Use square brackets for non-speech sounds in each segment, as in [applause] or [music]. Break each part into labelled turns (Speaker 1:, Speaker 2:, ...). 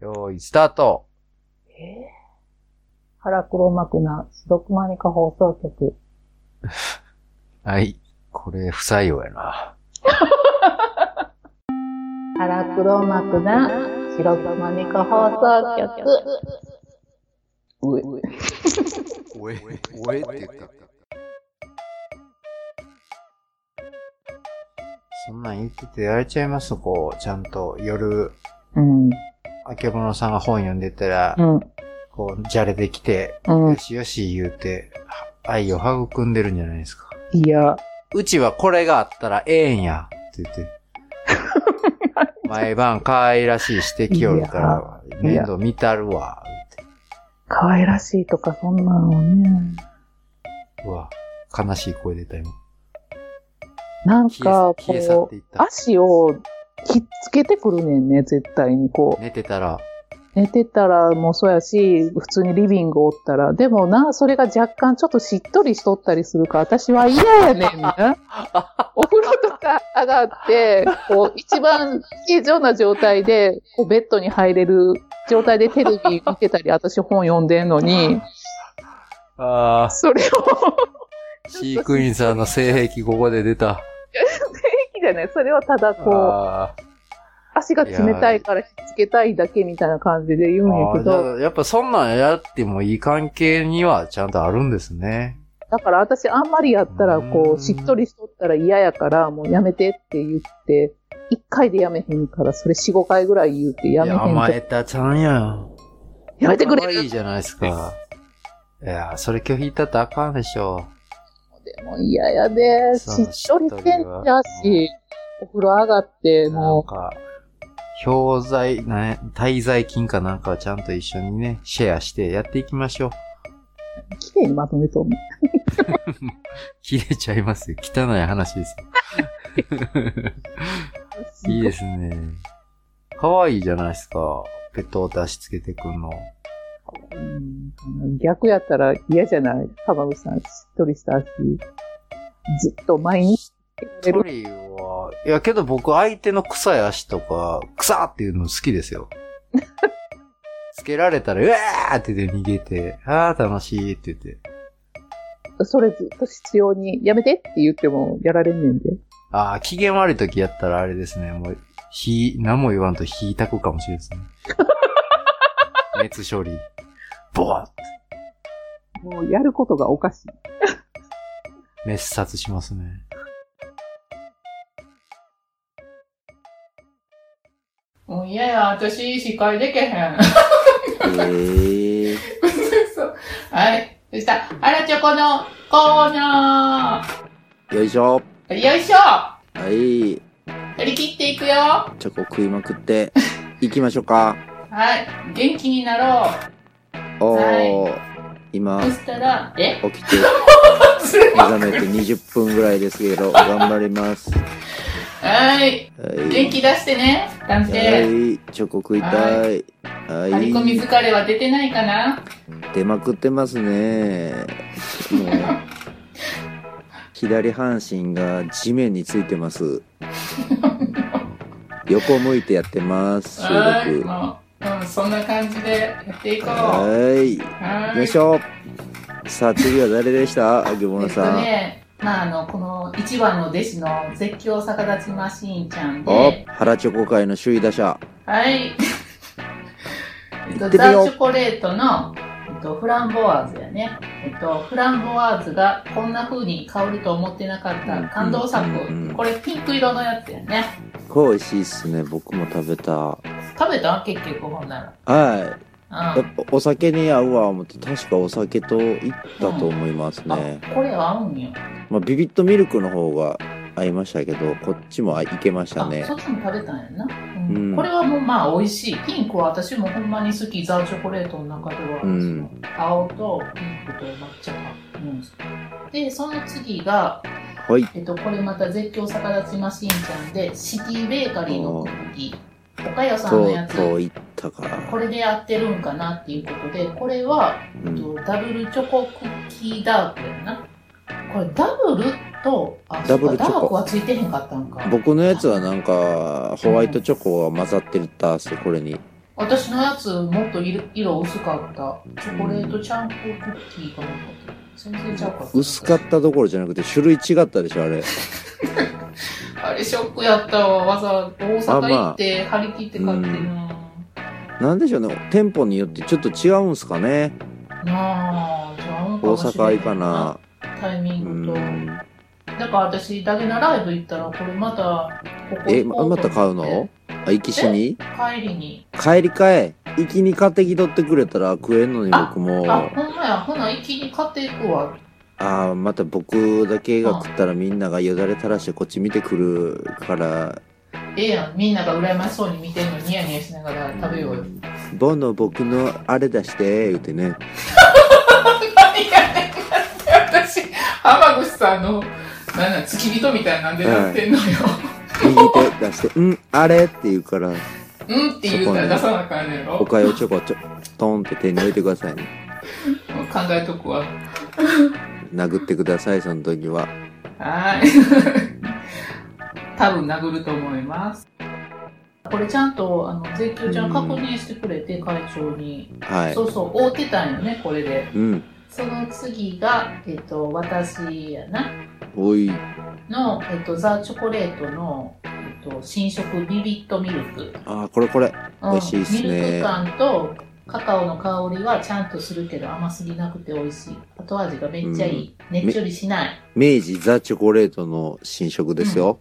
Speaker 1: よーい、スタート
Speaker 2: えー、腹黒幕な、すどくまにか放送局。
Speaker 1: はい。これ、不採用やな。
Speaker 2: 腹黒幕な、白くまにか放送局。うえ
Speaker 1: おえ、おえって言った。そんなん言っててやれちゃいますこう、ちゃんと夜、
Speaker 2: うん。
Speaker 1: あけぼのさんが本読んでたら、
Speaker 2: うん。
Speaker 1: こう、じゃれてきて、
Speaker 2: う
Speaker 1: よ
Speaker 2: ん。
Speaker 1: しよし言うて、は愛を育んでるんじゃないですか。
Speaker 2: いや、
Speaker 1: うちはこれがあったらええんや、って言って。 [laughs] 毎晩可愛らしいしてきよるから、
Speaker 2: いや
Speaker 1: 面倒見たるわ、
Speaker 2: 可愛らしいとかそんなのね。
Speaker 1: うわ、悲しい声出た今。
Speaker 2: なんか、
Speaker 1: 消え去
Speaker 2: こ
Speaker 1: っていうっ、た
Speaker 2: 足をひっつけてくるねんね、絶対にこう。
Speaker 1: 寝てたら、
Speaker 2: 寝てたらもそうやし、普通にリビングおったら。でもな、それが若干ちょっとしっとりしとったりするから、私は嫌やねんな。 [laughs] お風呂とか上がって、こう、一番正常な状態で、こう、ベッドに入れる状態でテレビ見てたり、私本読んでんのに、
Speaker 1: ああ、
Speaker 2: それを、 [laughs]
Speaker 1: 飼育員さんの性癖ここで出た。
Speaker 2: 平気じゃないそれをただこう、
Speaker 1: あー
Speaker 2: 足が冷たいからひっつけたいだけみたいな感じで言うんや
Speaker 1: あー、
Speaker 2: け
Speaker 1: じ
Speaker 2: ど、
Speaker 1: ゃあやっぱそんなんやってもいい関係にはちゃんとあるんですね。
Speaker 2: だから私あんまりやったら、こ
Speaker 1: うん
Speaker 2: う、しっとりしとったら嫌やから、もうやめてって言って、一回でやめへんから、それ四五回ぐらい言うてや
Speaker 1: い
Speaker 2: めへん
Speaker 1: や
Speaker 2: と
Speaker 1: 甘えたちゃんやん。
Speaker 2: やめて
Speaker 1: 可
Speaker 2: くれ
Speaker 1: 愛いじゃないですか。いやー、それ拒否ったってあかんでしょ
Speaker 2: でも嫌やで、
Speaker 1: そ
Speaker 2: し
Speaker 1: う
Speaker 2: っとりせんやし、お風呂上がって、
Speaker 1: う。なん
Speaker 2: も
Speaker 1: か、表在、な滞在金かなんかはちゃんと一緒にね、シェアしてやっていきましょう。
Speaker 2: う、綺麗にまとめとんね
Speaker 1: 切れちゃいますよ。汚い話です。いいですね。可愛いじゃないですか。ペットを出しつけてくんの。
Speaker 2: うん逆やったら嫌じゃない浜口さん、しっとりした足。ずっと毎日。
Speaker 1: トリは、いやけど僕相手の臭い足とか、臭っていうの好きです [laughs] よ。つけられたら、うわーって言って逃げて、あー楽しいって言って。
Speaker 2: それずっと必要に、やめてって言ってもやられんねんで。
Speaker 1: あー、機嫌悪い時やったらあれですね。もう、ひ、何も言わんと引いたくかもしれないです [laughs] ね。熱処理。ボワッ
Speaker 2: もうやることがおかしい。
Speaker 1: 滅殺しますね。
Speaker 3: もう嫌や、私、司会でけへん。
Speaker 1: ええ。
Speaker 3: そうはい。そしたら、あらチョコのコーナ
Speaker 4: よいしょ
Speaker 3: ー。よいしょ
Speaker 4: はい
Speaker 3: 取り切っていくよ。は
Speaker 4: チョコ食いま
Speaker 3: [laughs]
Speaker 4: くっていきましょうか
Speaker 3: い。元気になろ
Speaker 4: おお、今
Speaker 3: う。そしたら、え
Speaker 4: 起きて
Speaker 3: つる
Speaker 4: 目
Speaker 3: ま
Speaker 4: 覚めて20分ぐらいですけ
Speaker 3: [laughs]
Speaker 4: ど頑張りますは
Speaker 3: はい。元
Speaker 4: い
Speaker 3: 気出してね。探偵。
Speaker 4: はいチョコ食いたい
Speaker 3: 張
Speaker 4: はい
Speaker 3: り込み疲れは出てないかな
Speaker 4: 出まくってますねもう左半身が地面についてます
Speaker 3: [laughs]
Speaker 4: 横向いてやってます収
Speaker 3: はい。
Speaker 4: 録
Speaker 3: もう、うん、そんな感じでやっていこう。
Speaker 4: は
Speaker 3: は
Speaker 4: ーい
Speaker 3: い。
Speaker 4: よいしょさあ次は誰でしたあげぼ
Speaker 3: え
Speaker 4: の
Speaker 3: っと
Speaker 4: さん、
Speaker 3: ね、まあ、あの、この一番の弟子の絶叫逆立ちマシーンちゃん
Speaker 4: お
Speaker 3: で、
Speaker 4: 原チョコ界の首位打者
Speaker 3: はい。えっ
Speaker 4: 行っ
Speaker 3: と、
Speaker 4: てみ
Speaker 3: ザ・チ
Speaker 4: よう
Speaker 3: ョコレートの、えっと、フランボワーズやね。えっと、フランボワーズがこんな風に香ると思ってなかった感動作。
Speaker 4: うんうん
Speaker 3: これピンク色のやつやね。
Speaker 4: これ美味しいっすね僕も食べたは
Speaker 3: 食べた結局ほんなら。
Speaker 4: いや
Speaker 3: う
Speaker 4: っ
Speaker 3: ん。
Speaker 4: ぱお酒に合うわ思って確かお酒といったと思います
Speaker 3: あ
Speaker 4: ね、、
Speaker 3: これは合うんよ。
Speaker 4: まあ、ビビットミルクの方が合いましたけどこっちもいけました
Speaker 3: あ、
Speaker 4: ね
Speaker 3: そっちも食べたんやな。うん。
Speaker 4: うん
Speaker 3: これはもうまあ美味しい。ピンクは私もほんまに好き。ザ・チョコレートの中では。
Speaker 4: うん
Speaker 3: 青とピンクと抹茶が。うん。で、その次が、
Speaker 4: はい
Speaker 3: えっと、これまた絶叫逆立ちマシーンちゃんで、シティベーカリーのクッキー。岡代さん
Speaker 4: と
Speaker 3: の
Speaker 4: う
Speaker 3: やつ。
Speaker 4: とういったか
Speaker 3: これでやってるんかなっていうことで、これは、
Speaker 4: う
Speaker 3: えっ
Speaker 4: ん
Speaker 3: とダブルチョコクッキーダークやな。これダブルと、あ、
Speaker 4: ダブルチョコ
Speaker 3: そうかダークはついてへんかったんか。
Speaker 4: 僕のやつはなんかホワイトチョコが混ざってたっすこれに
Speaker 3: 私のやつもっと色色薄かったチョコレートちゃんこクッキーかなんかって全然ちゃうかった
Speaker 4: 薄かったどころじゃなくて種類違ったでしょあれ
Speaker 3: あれショックやったわわざわざ大
Speaker 4: あ
Speaker 3: 阪
Speaker 4: まあ
Speaker 3: 行って張り切って買ってな
Speaker 4: なんでしょうね店舗によってちょっと違うんすかね
Speaker 3: なあじゃあ
Speaker 4: 大阪行かな
Speaker 3: タイミ
Speaker 4: う
Speaker 3: ングと
Speaker 4: ん
Speaker 3: だから私ダゲナライブ行ったらこれまたここ
Speaker 4: え
Speaker 3: 行こうと
Speaker 4: ま
Speaker 3: 思っ
Speaker 4: ま
Speaker 3: て
Speaker 4: た買うのあ行きしに
Speaker 3: 帰りに
Speaker 4: 帰りかえ行きに買ってきとってくれたら食えんのに僕も
Speaker 3: あほんまやほな一気に買っていくわ
Speaker 4: ああまた僕だけが食ったらみんながよだれ垂らしてこっち見てくるから
Speaker 3: ええやんみんなが羨ましそうに見てるのニヤニヤしながら食べようよ
Speaker 4: ボンの僕のあれ出して言うてね
Speaker 3: 何がなくなって私浜口さんのなんなん付き人みたいなんでなってんのよ、
Speaker 4: 右手出して「うんあれ?」って言うから
Speaker 3: うんって言うたら出さなあかんねやろ
Speaker 4: お
Speaker 3: 考
Speaker 4: かゆをちょこちょトンって手に置いてくださいね
Speaker 3: えとくわ
Speaker 4: 殴ってくださいその時は
Speaker 3: はーい多分殴ると思いますこれちゃんとあの絶叫ちゃん確認してくれて会長に、
Speaker 4: はい
Speaker 3: そうそう会うてたんよねこれで
Speaker 4: うん
Speaker 3: その次が、えっと、私やな
Speaker 4: おい
Speaker 3: の、えっと、ザ・チョコレートの、えっと、新色ビビットミルク。
Speaker 4: ああこれこれ
Speaker 3: うん
Speaker 4: 美味しいっすね
Speaker 3: ミルク感とカカオの香りはちゃんとするけど甘すぎなくて美味しい。後味がめっちゃいい。ねっちょりしない。
Speaker 4: 明治ザ・チョコレートの新色ですよ、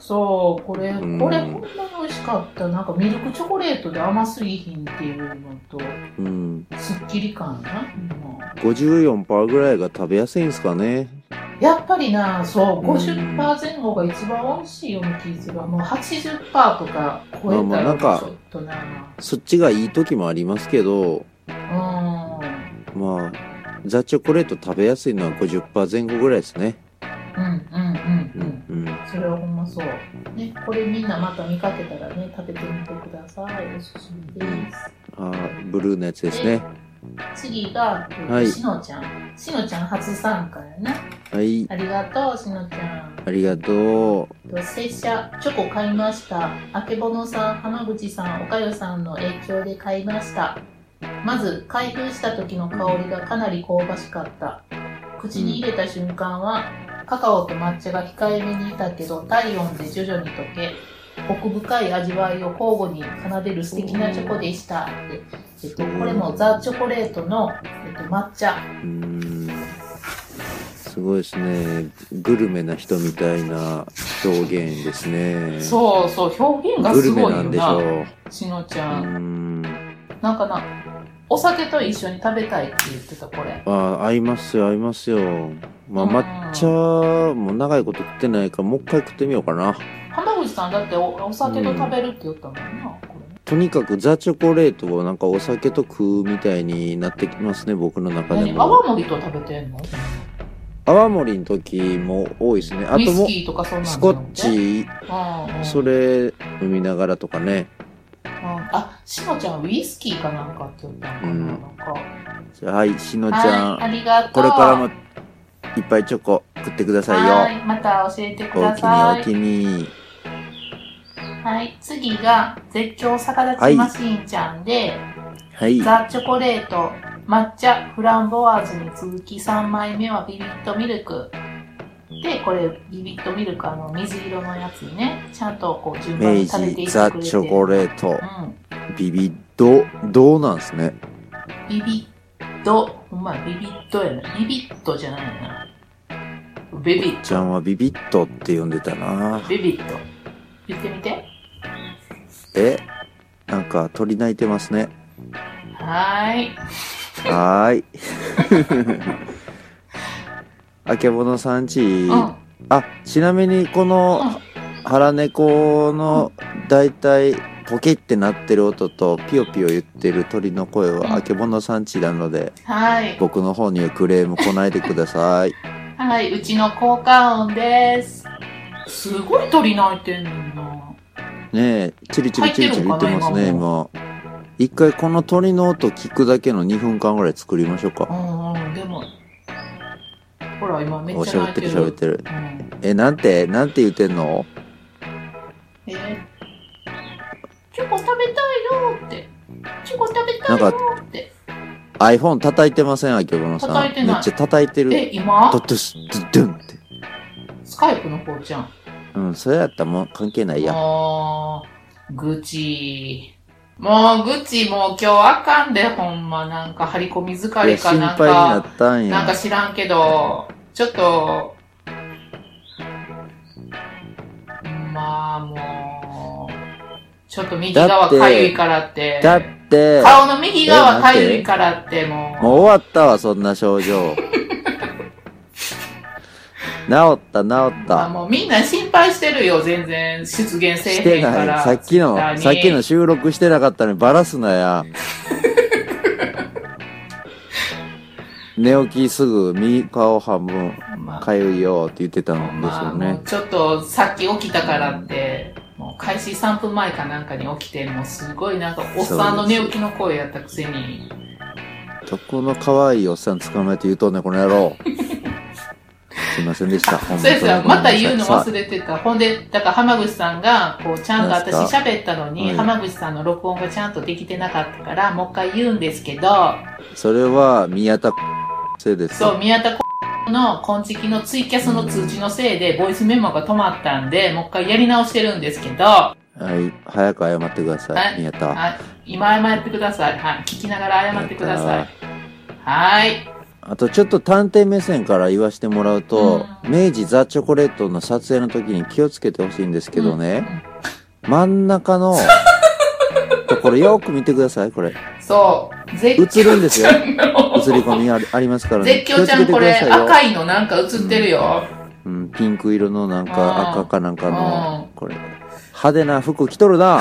Speaker 3: そう、これ、こ
Speaker 4: うん
Speaker 3: れほんまに美味しかった。なんかミルクチョコレートで甘すぎひんっていうのと、
Speaker 4: うん、
Speaker 3: すっきり感やな。うん
Speaker 4: 54%ぐらいが食べやすいんすかね
Speaker 3: やっぱりな、そう、
Speaker 4: うん
Speaker 3: 50%前後が一番美味しいような気がするわ。もう80%とか超え
Speaker 4: まあま
Speaker 3: た
Speaker 4: あな
Speaker 3: ら
Speaker 4: ん
Speaker 3: ちょ
Speaker 4: か
Speaker 3: っとな。
Speaker 4: そっちがいい時もありますけど
Speaker 3: う
Speaker 4: まあザ・チョコレート食べやすいのは50%前後ぐらいですね
Speaker 3: ん、うん、うん、
Speaker 4: う
Speaker 3: うん、うん。
Speaker 4: んうん
Speaker 3: それはほんまそう。ね、これみんなまた見かけたらね、食べてみてください。おすすめです。
Speaker 4: あーブルーのやつですね
Speaker 3: 次が、えっと
Speaker 4: はい
Speaker 3: しのちゃん。しのちゃん初参加やな。
Speaker 4: はい
Speaker 3: ありがとう、しのちゃん。
Speaker 4: ありがと
Speaker 3: えっと拙者、チョコ買いました。あけぼのさん、浜口さん、おかよさんの影響で買いました。まず、開封した時の香りがかなり香ばしかった。口に入れた瞬間は、カカオと抹茶が控えめにいたけど、体温で徐々に溶け、奥深い味わいを交互に奏でる素敵なチョコでした。ってえっと、これもザ・チョコレートの、えっと、抹茶。
Speaker 4: ううーんすごいですねグルメな人みたいな表現ですね
Speaker 3: そうそう、表現が
Speaker 4: グ
Speaker 3: す
Speaker 4: ルメ
Speaker 3: ごい
Speaker 4: な
Speaker 3: よ
Speaker 4: んでし
Speaker 3: な
Speaker 4: ょう。う
Speaker 3: しのちゃん。
Speaker 4: ーん
Speaker 3: なんかな、お酒と一緒に食べたいって言ってた、これ。
Speaker 4: あー合いますよ合いますよまあ抹茶も長いこと食ってないからもう一回食ってみようかな
Speaker 3: 浜口さんだっておお酒と食べるって言ったもんな、これ。
Speaker 4: とにかくザ・チョコレートをなんかお酒と食うみたいになってきますね僕の中で
Speaker 3: 何
Speaker 4: も
Speaker 3: 泡盛と食べてんの
Speaker 4: 泡盛の時も多いですねあ
Speaker 3: ウイ
Speaker 4: と
Speaker 3: ス
Speaker 4: も
Speaker 3: キーとかそんなんじ
Speaker 4: ス
Speaker 3: ゃ
Speaker 4: コ
Speaker 3: なく
Speaker 4: ッ
Speaker 3: て。
Speaker 4: チ
Speaker 3: うんうん、
Speaker 4: それ飲みながらとかね
Speaker 3: うんあ、しのちゃんウイスキーかなんかって言ったのかな、
Speaker 4: うん
Speaker 3: なんか。
Speaker 4: はいしのちゃん
Speaker 3: はい、ありがとう。
Speaker 4: これからもいっぱいチョコ食ってください
Speaker 3: は
Speaker 4: よ。
Speaker 3: い、また教えてく
Speaker 4: おお
Speaker 3: だ
Speaker 4: きに
Speaker 3: さ
Speaker 4: おお
Speaker 3: い。
Speaker 4: きに。
Speaker 3: はい、次が、絶叫逆立ちマシーンちゃんで、
Speaker 4: はい。
Speaker 3: ザ・チョコレート、抹茶、フランボワーズに続き3枚目はビビットミルク。で、これ、ビビットミルク、あの、水色のやつね、ちゃんとこう、順番
Speaker 4: 明
Speaker 3: に食べてい
Speaker 4: 治
Speaker 3: って
Speaker 4: ザ・
Speaker 3: くれて
Speaker 4: チョコレート
Speaker 3: う。ん。
Speaker 4: ビビッド、どうなんすね。
Speaker 3: ビビット、ほんまやビビットやな。ビビットじゃないな。ビビッ
Speaker 4: ちゃんはビビッドって呼んでたな
Speaker 3: ト、。ビビット。言ってみて。
Speaker 4: えなんか鳥鳴いてますね。
Speaker 3: はーい。
Speaker 4: はーい。 [laughs] あけぼのさんち、
Speaker 3: うん。
Speaker 4: あ、ちなみにこ
Speaker 3: うん
Speaker 4: の腹猫のだいたいポケってなってる音とピヨピヨ言ってる鳥の声
Speaker 3: うん
Speaker 4: はあけぼのさんちなので、
Speaker 3: はい。
Speaker 4: 僕の方にはクレーム来ないでください。
Speaker 3: はい、うちの効果音です。すごい鳥鳴いてんのにな。
Speaker 4: ねえ、チリチリチリチリ言ってますね、
Speaker 3: 入ってるの
Speaker 4: 今。一回この鳥の音聞くだけの2分間ぐらい作りましょう
Speaker 3: う
Speaker 4: か。
Speaker 3: んうん、でも、ほら、今めっ
Speaker 4: お
Speaker 3: ち
Speaker 4: しゃ
Speaker 3: ゃ
Speaker 4: べ
Speaker 3: 泣
Speaker 4: っ
Speaker 3: いてる。
Speaker 4: てるしゃべってる。
Speaker 3: うん、
Speaker 4: え、なんて、なんて言ってんの
Speaker 3: えーチョコ食べたいよって。
Speaker 4: なんか
Speaker 3: て、
Speaker 4: iPhone 叩いてません、あけぼのさん。
Speaker 3: 叩いてない
Speaker 4: めっちゃ叩いてる。
Speaker 3: え、今
Speaker 4: ドッドゥス、ドゥドゥンって。
Speaker 3: スカイプの方じゃん。
Speaker 4: うん、それやったらもう関係ないや。
Speaker 3: もう、愚痴。もう、愚痴、もう今日あかんで、ほんま。なんか、張り込み疲
Speaker 4: い
Speaker 3: れ
Speaker 4: や
Speaker 3: か
Speaker 4: 心
Speaker 3: なん
Speaker 4: 配にな
Speaker 3: か、
Speaker 4: ったんや。
Speaker 3: なんか知らんけど、ちょっと、まあ、もう、ちょっと右側かゆいからって、
Speaker 4: だって、
Speaker 3: 顔の右側かゆいからって、もう、
Speaker 4: もう終わったわ、そんな
Speaker 3: [laughs]
Speaker 4: 症状。治った、治っ
Speaker 3: まあ
Speaker 4: た。
Speaker 3: もうみんな心配してるよ、全然、出現せえ
Speaker 4: し
Speaker 3: へ
Speaker 4: て
Speaker 3: んから。
Speaker 4: ない。さっきの、
Speaker 3: 何
Speaker 4: さっきの収録してなかったのにバラすなや。寝起きすぐ右顔半分、
Speaker 3: まあ
Speaker 4: かゆいよって言ってたんです
Speaker 3: ま
Speaker 4: よ
Speaker 3: あ、も
Speaker 4: ね
Speaker 3: う。ちょっとさっき起きたからって、もう開始3分前かなんかに起きて、もうすごいなんかおっさんの寝起きの声やったくせに、
Speaker 4: どこの可愛いおっさん捕まえて言うとんねん、この野郎。すいませんでした、本
Speaker 3: そうですよ、
Speaker 4: ごめん
Speaker 3: ま
Speaker 4: なさ
Speaker 3: た
Speaker 4: い
Speaker 3: 言うの
Speaker 4: さ
Speaker 3: 忘れてた。ほんで、だから浜口さんが、こう、ちゃんと
Speaker 4: なんす
Speaker 3: 私
Speaker 4: か
Speaker 3: 喋ったのに、
Speaker 4: はい
Speaker 3: 浜口さんの録音がちゃんとできてなかったから、もう一回言うんですけど、
Speaker 4: あそれは宮田せいですよ。
Speaker 3: そう、宮田の金色のツイキャスの通知のせいで、ボイスメモが止まったんで、もう一回やり直してるんですけど、
Speaker 4: はい、早く謝ってくださ
Speaker 3: はい
Speaker 4: い、宮田。
Speaker 3: はい、今謝ってください。はい、聞きながら謝ってください。はい。
Speaker 4: あとちょっと探偵目線から言わしてもらうと、明治ザ・チョコレートの撮影の時に気をつけてほしいんですけどね、真ん中
Speaker 3: [laughs]
Speaker 4: の、ところよく見てください、これ。
Speaker 3: そう。絶
Speaker 4: 映るんですよ
Speaker 3: 叫ちゃんの
Speaker 4: 映り込みありありますからね。
Speaker 3: 絶叫ちゃん、これ
Speaker 4: 気をつけてくださいよ。
Speaker 3: 赤いのなんか映ってるよ。
Speaker 4: うん、ピンク色のなん
Speaker 3: うん
Speaker 4: か赤かなんか
Speaker 3: うん
Speaker 4: の、これ。派手な服着と
Speaker 3: [laughs]
Speaker 4: るな。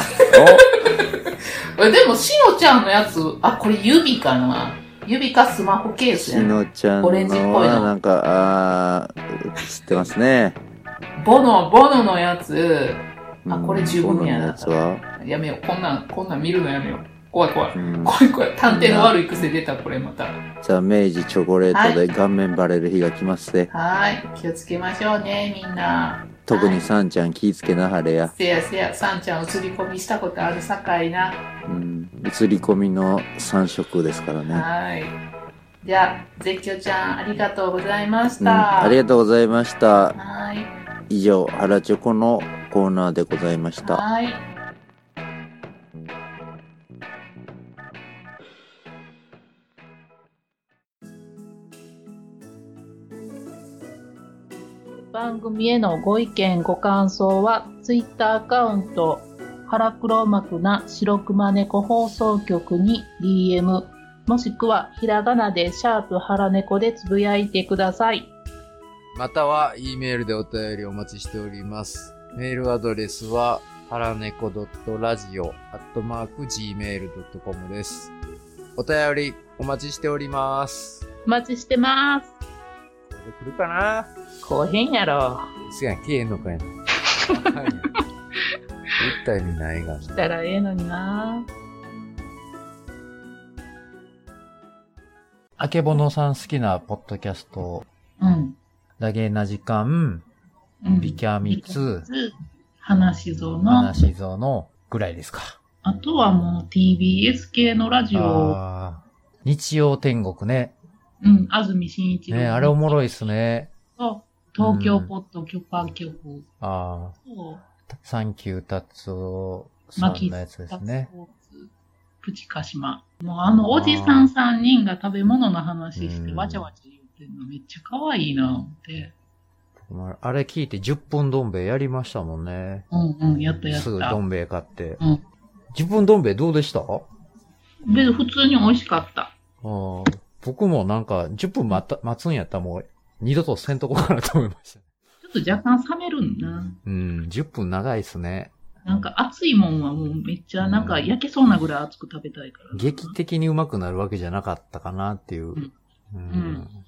Speaker 3: えでも、しのちゃんのやつ、あ、これ指かな指かスマホケー
Speaker 4: お、
Speaker 3: ス
Speaker 4: し
Speaker 3: やな。
Speaker 4: のちゃんの
Speaker 3: オレンジっぽいの
Speaker 4: はなんか、あー、映ってますね。
Speaker 3: ボノ、ボノのやつ。あ
Speaker 4: うん
Speaker 3: これ十分
Speaker 4: この
Speaker 3: やな
Speaker 4: やつは。
Speaker 3: やめよう。こんなん、こんなん見るのやめよう。怖い怖い。
Speaker 4: うん
Speaker 3: 怖い怖い。探偵の悪い癖出た、これまた。
Speaker 4: じゃあ、明治チョコレートで顔面バレる日が来ますね。
Speaker 3: はい。気をつけましょうね、みんな。
Speaker 4: 特にさんちゃん気ぃつけなはれや。
Speaker 3: せやせや、さんちゃん映り込みしたことあるさかいな。
Speaker 4: うん。映り込みの3色ですからね。
Speaker 3: はい。じゃあ、絶叫ちゃん、ありがとうございまし
Speaker 4: うん。
Speaker 3: た。
Speaker 4: ありがとうございました。
Speaker 3: はい。
Speaker 4: 以上、原チョコのコーナーでございました。
Speaker 3: はい。
Speaker 2: 番組へのご意見、ご感想は、ツイッターアカウント、腹黒幕な白熊猫放送局に DM、もしくはひらがなでシャープ腹猫でつぶやいてください。
Speaker 1: または、E メールでお便りお待ちしております。メールアドレスは、はらねこ .radio.gmail.com です。お便りお待ちしております。
Speaker 2: お待ちしてます。
Speaker 1: これ来るかな
Speaker 2: 後編やろ。
Speaker 1: すやん、消えんのかいな。一体見ないがな。
Speaker 2: したらええのにな。
Speaker 1: あけぼのさん好きなポッドキャスト、
Speaker 2: うん。
Speaker 1: ダゲーな時間、
Speaker 2: うん
Speaker 1: ビキャミツ、
Speaker 2: 話像の、
Speaker 1: 話し像のぐらいですか。
Speaker 2: あとはもう TBS 系のラジオ、
Speaker 1: あー日曜天国ね。
Speaker 2: うん、安住紳一郎
Speaker 1: ねあれおもろいっすね。
Speaker 2: と、東京ポッド許可局
Speaker 1: あ
Speaker 2: と、
Speaker 1: あ、サンキュータツオさんのやつですね。
Speaker 2: プチカシマ。もうあのおじさん3人が食べ物の話して
Speaker 1: うん
Speaker 2: わちゃわちゃ言ってるのめっちゃ可愛いなって。
Speaker 1: あれ聞いて10分どん兵衛やりましたもんね。
Speaker 2: うんうん、やったやっ
Speaker 1: すぐど
Speaker 2: た。
Speaker 1: ん兵衛買って。
Speaker 2: うん
Speaker 1: 10分どん兵衛どうでした
Speaker 2: 別に普通に美味しかった。
Speaker 1: ああ僕もなんか、10分待った、待つんやったらもう、二度とせんとこかなと思いました。
Speaker 2: ちょっと若干冷めるんな。
Speaker 1: うん、10分長いっすね。
Speaker 2: なんか熱いもんはもうめっちゃなんか焼けそうなぐらい熱く食べたいから。
Speaker 1: 劇的にうまくなるわけじゃなかったかなっていう。うん
Speaker 2: ん